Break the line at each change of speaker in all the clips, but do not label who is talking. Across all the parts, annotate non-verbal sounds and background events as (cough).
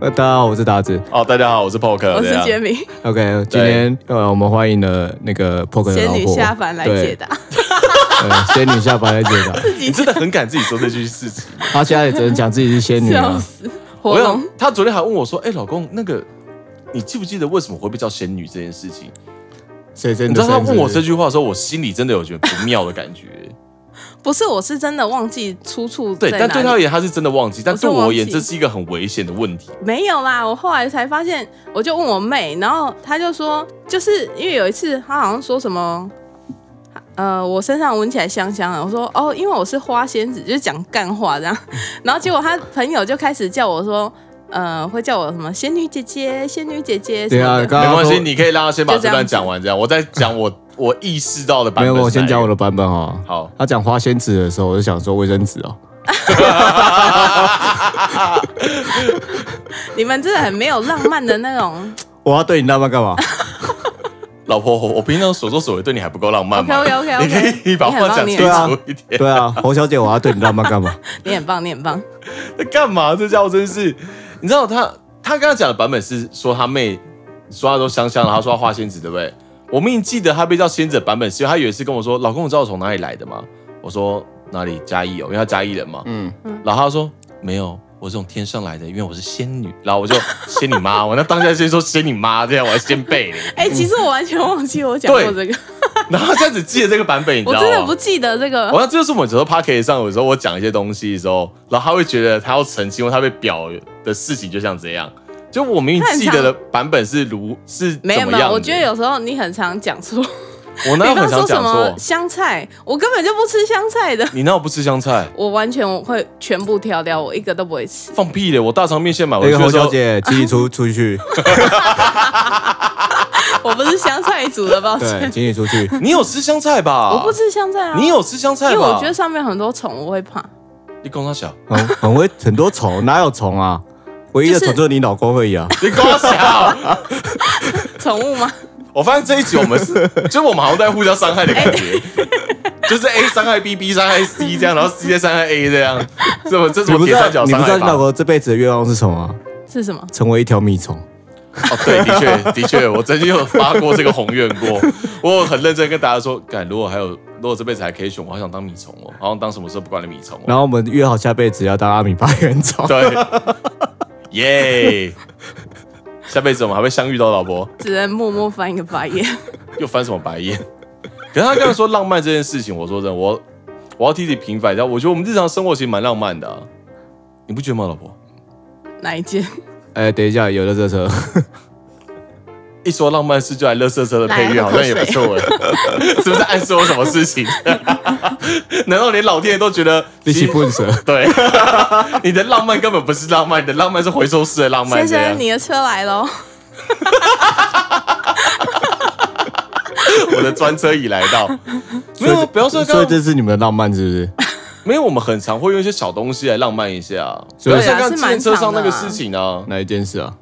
呃，大家好，我是达子。
哦，大家好，我是 Poker，
我是
啊
等一下
杰明，
OK，今天呃，我们欢迎了那个 Poker 的
仙
老
女
婆
下凡来解，答，
对呃仙女下凡来解答。
(laughs)
你真的很敢自己说这句事情。
她现在也只能讲自己是仙女啊
笑
了。
死！
我
(laughs) 活
想
龙，
他昨天还问我说：“哎、老公，那个你记不记得为什么会被叫仙女这件事情？”
谁真
你
的？
知道他问我这
谁
句话的时候，我心里真的有觉得不妙的感
(laughs)
觉。
不是，我是真的忘记出处在
对，但对他
哪
而
里。
言他是真的忘记，但
我是
对我而言
忘记
这是一个很危险的问题。
没有啦，我后来才发现，我就问我妹，然后她就说，就是因为有一次她好像说什么，呃，我身上闻起来香香的，我说哦，因为我是花仙子，就是讲干话这样， (laughs) 然后结果她朋友就开始叫我说，呃，会叫我什么仙女姐姐、仙女姐姐什
对啊，
么的，
刚
没
刚
关系，
说
你可以让他先把
就这
这
样
段讲完，这样我再讲我我意识到的版
没
本。
有，我先讲我
的。
的版本哦。
好，
她讲花仙子的时候，我就想说卫生纸哦。
你们真的很没有浪漫的那种。 (laughs)
我要对你浪漫干嘛？
老婆，我我平常所作所为对你还不够浪漫吗
OK，OK，OK，OK
你可以把话讲清
你很棒
楚一点。
(laughs) 对啊，侯小姐，我要对你浪漫干嘛？
你很棒，你很棒。
在 (laughs) 干嘛？这家伙真是，你知道他他刚刚讲的版本是说他妹说他都香香了，他说他画仙子，对不对？我明明记得他被叫仙子的版本是因为他有一次跟我说：“老公，你知道我从哪里来的吗？”我说：“哪里？嘉义哦，因为他嘉义人嘛。
嗯，”
然后他说：“没有，我是从天上来的，因为我是仙女。”然后我就仙你妈，我那当下先说仙你妈，这样我还先背嘞。
哎、其实我完全忘记我讲过这个，
然后这样子记得这个版本，你知
我
道吗？
真的不记得
(laughs)
这个
好。哦像这就是我们有时候 p a r k 上有时候我讲一些东西的时候，然后他会觉得他要澄清或他被表的事情就像这样，就我明明记得的版本是如是怎么
没有
样
没
的
有，我觉得有时候你很常
(laughs)
讲错，
我
比
哪有
方
很
说
(laughs) 想
什
讲
么
错，
香菜，我根本就不吃香菜的，
你哪有不吃香菜？
我完全会全部挑掉，我一个都不
(laughs)
会吃。
放屁 (laughs) 嘞！我大肠面线买 (laughs) 回
那个
去的
侯
时
小
候，
姐，请你出出
(laughs)
去。
我不是香菜组的，抱
对，
歉，
请你出去。
你有吃香菜吧？
(laughs) 我不，吃香菜啊。
你？有吃香
因
菜吧？
为我觉得上面很多虫，我
(laughs)
会怕。
你公他小，
很很会很多虫，哪有虫啊？唯一的虫就是你老公啊会养。
你公他小。
宠物吗？
(laughs) 我发现这一集我们是，就是我们好像在互相伤害的感 (laughs) 觉。就是 A 伤害 B，B 伤害 C 这样，然后 C 再伤害 A 这样，这种这
你
种
不知
铁
道
三角
你
伤
不知道
害
你
法
老。公这辈子的愿望是什么吗？
是什么？
成为一条米虫。
哦，对，的确，的确，我曾经有发过这个宏愿
(laughs)
过，我有很认真跟大家说，干，如果还有，如果这辈子还可以选，我好想当米虫哦，好想当什么时候不管的米虫
然
哦。
后我们约好下辈子要当阿米巴原虫。
对，耶、下辈子我们还会相遇哦到老婆，
只能默默翻一个白眼。 (laughs)
又翻什么白眼？可是他刚刚说浪漫这件事情，我说真的，我我要替你平反一下，我觉得我们日常生活其实蛮浪漫的、啊，你不觉得吗，老婆？
哪一
(laughs)
件？
(laughs) 哎，等一下，有了这 (laughs) 车，
一说浪漫事就来乐色车的配乐，
来喝
好
口
像也不
水
错哎， (laughs) 是不是暗示我什么事情？ (laughs) 难道连老天爷都觉得
你起笨 (laughs) 蛇。
对， (laughs) 你的浪漫根本不是浪漫，你的浪漫是回收式的浪漫。
先
这样
生，你的车来喽。
我的专车已来到， (laughs) 没有，不要
所
说
以
刚刚
这是你们的浪漫是不是？
没有，我们很常会用一些小东西来浪漫一下。
所以
比如说
对啊
刚
是
刚
蛮
车上那个
常的啊
事情啊，
哪一件事啊？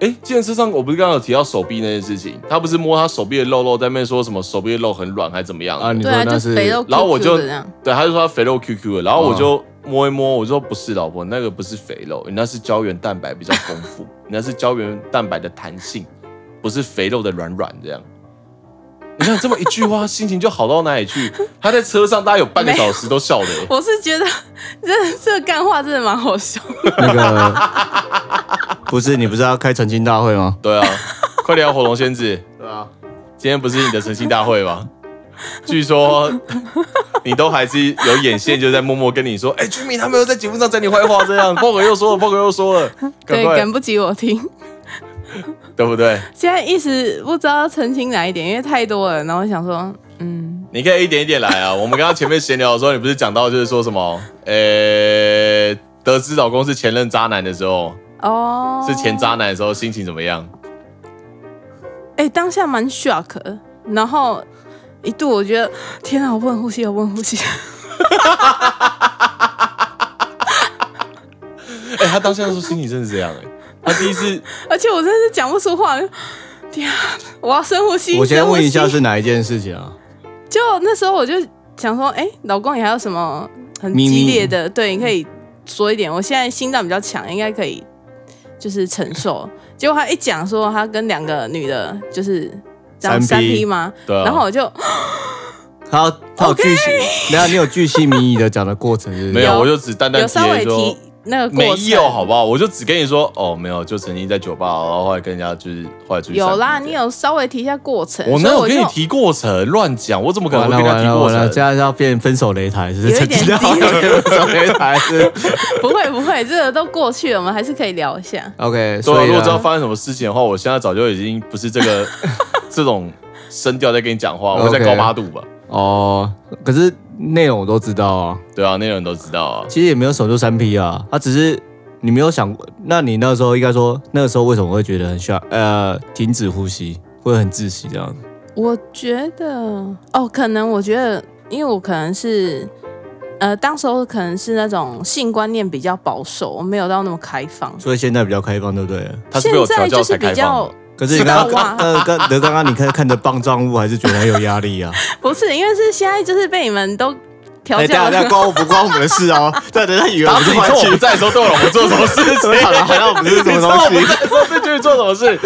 哎，计程车上我不是刚刚有提到手臂那件事情，他不是摸他手臂的肉肉，在那边说什么手臂的肉很软还怎么样的
啊，你
对
说
啊，
那
就是肥肉 QQ
然后我就
的这样。
对，他就说他肥肉 QQ 的，然后我就摸一摸，我就说不是老婆，那个不是肥肉，你那是胶原蛋白比较丰
(laughs)
富，你那是胶原蛋白的弹性，不是肥肉的软软这样。你看这么一句话，心情就好到哪里去？他在车上，大概有半个小时都笑的、欸
我是觉得这这干话真的蛮好笑。
那 (laughs) 个不是你不是要开澄清大会吗？
对啊，快点啊，火龙仙子，
对啊，
今天不是你的诚信大会吗？据说你都还是有眼线，就在默默跟
(laughs)
你说，哎、居民他们又在节目上讲你坏话，这样，豹哥又说了，豹哥又说了，赶
对，
快
赶，不及我听。
对不对？
现在一时不知道要澄清哪一点，因为太多了。然后我想说，嗯，
你可以一点一点来啊。我们刚刚前面闲聊的时候，你不是讲到就是说什么，呃、得知老公是前任渣男的时候，
哦，
是前。渣男的时候，心情怎么样？
哎、当下蛮 shock，的然后一度我觉得，天啊，我不能呼吸，我不能呼吸。 (laughs)
哎、他当下说心情真的是这样哎、他第一次，
而且我真的是讲不出话。天啊，我要深呼吸。
我先问一
深
下
呼吸
是哪一件事情啊？
就那时候我就想说，哎、老公，你还有什么很
秘密
激烈的？对，你可以说一点。我现在心脏比较强，应该可以就是承受。结果他一讲说他跟两个女的，就是这
三
样三
P
P 吗？
对啊
然后我就
他要他有巨细，然后你有巨细靡遗的讲的过程是不是
没有，
有
我就只淡淡
有
提
稍
了
微
一说
提。那个
没
过程，
有，好不好？我就只跟你说，哦，没有，就曾经在酒吧，然后后来跟人家就是后来出去散步
有啦，
这样
你。有稍微提一下过程。
我哪
所以
有
我就
跟你提过程？乱讲，我怎么可能
完
会
了
跟他
完
提
了
过
完了，这
程？啊
样要变分手擂台，是不是
有一点
曾经要变 (laughs) 分手擂台 (laughs) 是不是
不会不会，这个都过去了，我们还是可以聊一下。
OK，
对
所
啊，
以
如果知道
呢
发生什么事情的话，我现在早就已经不是这
(laughs)
个这种声调在跟你讲话，我在
OK
高八度吧？
哦，可是内容我都知道啊，
对啊，那种人都知道啊。
其实也没有守住三 P 啊，他只是你没有想过，那你那时候应该说那个时候为什么会觉得很需要呃停止呼吸，会很窒息这样子？
我觉得哦，可能我觉得，因为我可能是，呃，当时候可能是那种性观念比较保守，我没有到那么开放。
所以现在比较开放，对不对？
他是
现
被我调
在
教
就是
才
比
开放
较
的。
可是你刚
知道
刚
啊
呃刚德刚刚你看看着棒状物，还是觉得很有压力啊？
不是，因为是现在就是被你们都调
(laughs)
哎，等一
教
啊
下等一
了。(laughs)
下，关我不关我们的事哦。对，等一下以为我
当
们
时
是
你
玩
说我不
具，
在的时候，对我老婆做什么事情？
好了，好像我们是什
你
么
知道我
东
不
西？
在的时候，这就是做什么
(laughs)
事？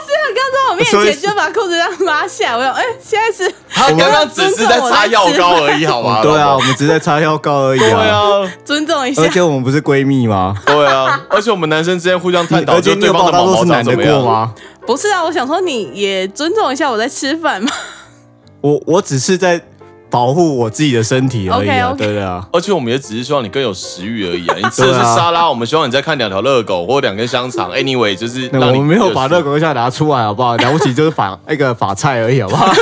在我面
所以
前就把裤子这样拉下，我有哎、现在是
他刚刚只是在擦药膏而已，好吗？
(laughs) (laughs) 对啊，我，们只是在擦药膏而已
对
啊。
啊，
尊重一
(laughs)
下
而。且我们不是闺蜜吗？
对啊。而且我们男生之间互相探讨，
而且
就
你
对
有把
方
我
的
当
毛
做
毛
是男
长
的
怎
过
么样。
吗？
不是啊，我想说你也尊重一下我在吃饭嘛。
我我只是在保护我自己的身体而已啊，
OK，OK
对不对啊？
而且我们也只是希望你更有食欲而已啊！你吃的
对
是
啊
沙拉，我们希望你再看两条热狗或两根香肠。Anyway，就是
那
让你
我们没有把热
狗。
狗酱拿出来，好不 (laughs) 好？了不起就是法那个法菜而已，好不好？ (laughs)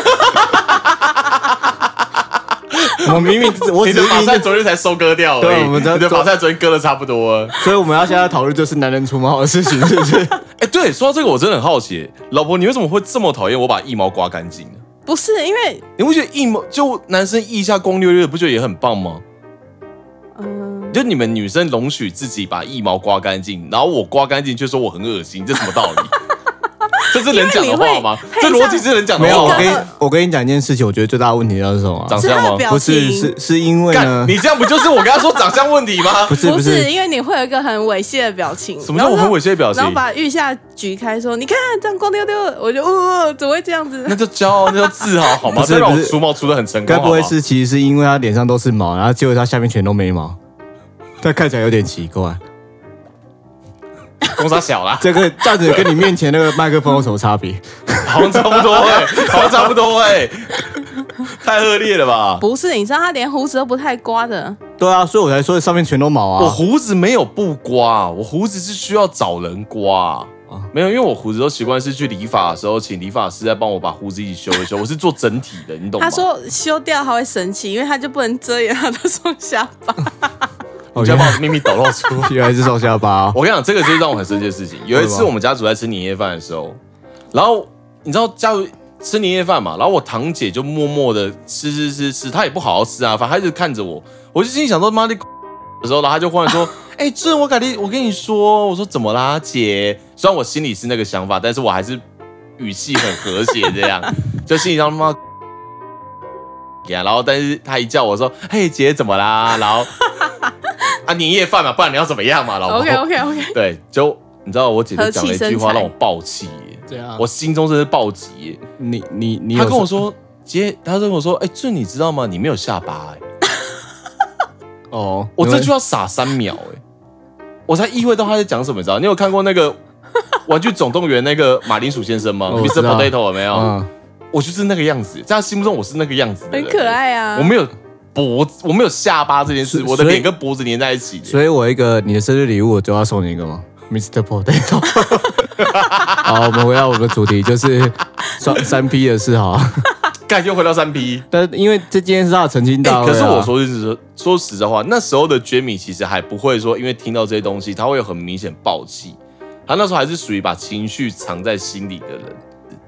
我明明我 (laughs)
你
只是
的法
明
菜
明，
昨天才收割掉而已，
对我们
(laughs)
昨
你的法菜昨天割的差不多了。
所以我们要现在讨论就是男人除毛的事情，是不是？
哎，对，说到这个我真的很好奇，老婆你为什么会这么讨厌我把腋毛刮干净呢？
(laughs) 不是因为，
你不觉得腋毛就男生腋下光溜溜的，不觉得也很棒吗？
嗯、
就你们女生容许自己把腋毛刮干净，然后我刮干净却说我很恶心，这什么
(laughs)
道理？这是能讲的话吗
因为
这逻
你？会配上
辑是能讲的
(laughs) 没有，我
话吗？
跟你我跟你讲一件事情，我觉得最大的问题要是什么啊
长？
是
这样
他
吗
的表情，
不是是是因为呢
干，？你这样不就是我跟他说长相问题吗？
不是
不
不
是
是，
因为你会有一个很猥亵的表情。
什么叫我很猥亵的表情
然后把玉下举开说：“你看这样光溜溜的，我就呜、呃呃，怎么会这样子
那？叫骄傲，那叫自
(laughs)
豪，好吗？
不是
这让
不
我
是
除毛除的很成
该
功，
不会
好吗
是其实是因为他脸上都是毛，然后结果他下面全都没毛，但看起来有点奇怪。
公差小啦？
这个这样子跟你面前那个麦克风有什么差别？
好像差不多哎、好像差不多哎、太恶劣了吧？
不是，你知道他连胡子都不太刮的，
对啊，所以我才说上面全都毛
我
啊。
胡子没有不刮，我胡子是需要找人刮。
啊
没有，因为我胡子都习惯是去理发的时候，请理发师再帮我把胡子一起修一修。我是做整体的，你懂吗？
哦他说修掉他会生气，因为他就不能遮掩他的双下巴。
你再把我的秘密抖露出来。
哦原来是双下巴、哦。
我跟你讲，这个就是让我很生气的事情。有一次我们家族在吃年夜饭的时候，然后你知道家族吃年夜饭嘛，然后我堂姐就默默的吃吃吃吃，她也不好好吃啊，反正她一直看着我，我就心里想说妈的， (laughs) 的时候，然后她就忽然说，哎、这我感觉我跟你说，我说怎么啦姐？虽然我心里是那个想法，但是我还是语气很和谐这样，就心里想妈。 (laughs) 然后，但是她一叫我说：“嘿，姐，怎么啦？”然后啊，年夜饭嘛，不然你要怎么样嘛，老婆。
OK OK OK，
对，就你知道我姐姐讲了一句话
和气生财
让我暴气耶，
这样
我心中真是暴击耶。
你你你有
她跟我说，姐，她跟我说，哎、俊，你知道吗？你没有下巴哎、
哦，
我
因为
这句话傻三秒哎、我才意会到她在讲什么，你知道？你有看过那个《玩具总动员》那个马铃薯先生吗
哦我
？Mr.
知道
Potato 有没有？
嗯，
我就是那个样子，在她心目中我是那个样子的
很
人，
可爱啊。
我没有脖子，我没有下巴这件事，
所以
我的脸跟脖子连在一起的。
所以我一个你的生日礼物，我就要送你一个吗？Mr. Potato。好，我们回到我们的主题，就是双三 P 的事哈。
感觉回到三 P。
但因为这件事他的澄清大会
欸
啊、
可是我说句实说实在话，那时候的 Jamie 其实还不会说，因为听到这些东西，他会有很明显暴气。他那时候还是属于把情绪藏在心里的人。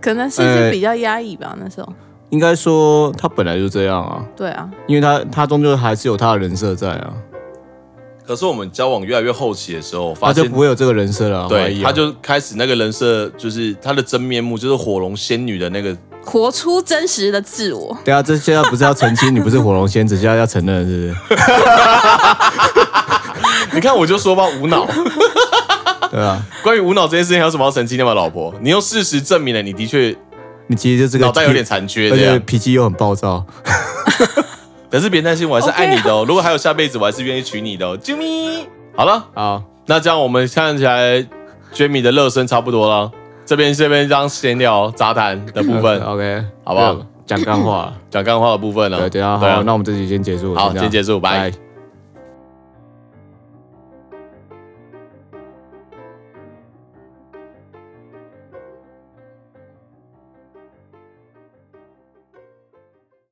可能是不是比较压抑吧，那时候。
应该说他本来就这样啊，
对啊，
因为他他终究还是有他的人设在啊，
可是我们交往越来越后期的时候，
他
发
就
现
不会有这个人设了啊。怀
对，
疑啊
他就开始那个人设，就是他的真面目，就是火龙仙女的那个。
活出真实的自我。
对啊，这现在不是要澄清你不是火龙仙子，现在要承认是不是？
你看，我就说吧，无脑。
对啊，
(laughs) 关于无脑这件事情，还有什么好澄清的吗？老婆，你用事实证明了你的确
你其实就这个
脑袋有点
脾，
残缺
而
这
且
样。
脾气又很暴躁。
可是别担心，我还是爱
OK 啊
你的哦。如果还有下辈子，我还是愿意娶你的哦。啾咪，好了，
好，
那这样我们看起来 Jamie 的热身差不多了。这边这边当闲聊杂谈的部
(laughs)
分，
呃 OK，
好不好？
讲干话了，
讲干话的部分了。
对，等一下
对啊
好，那我们这集先结束，
好
这样
先结束拜。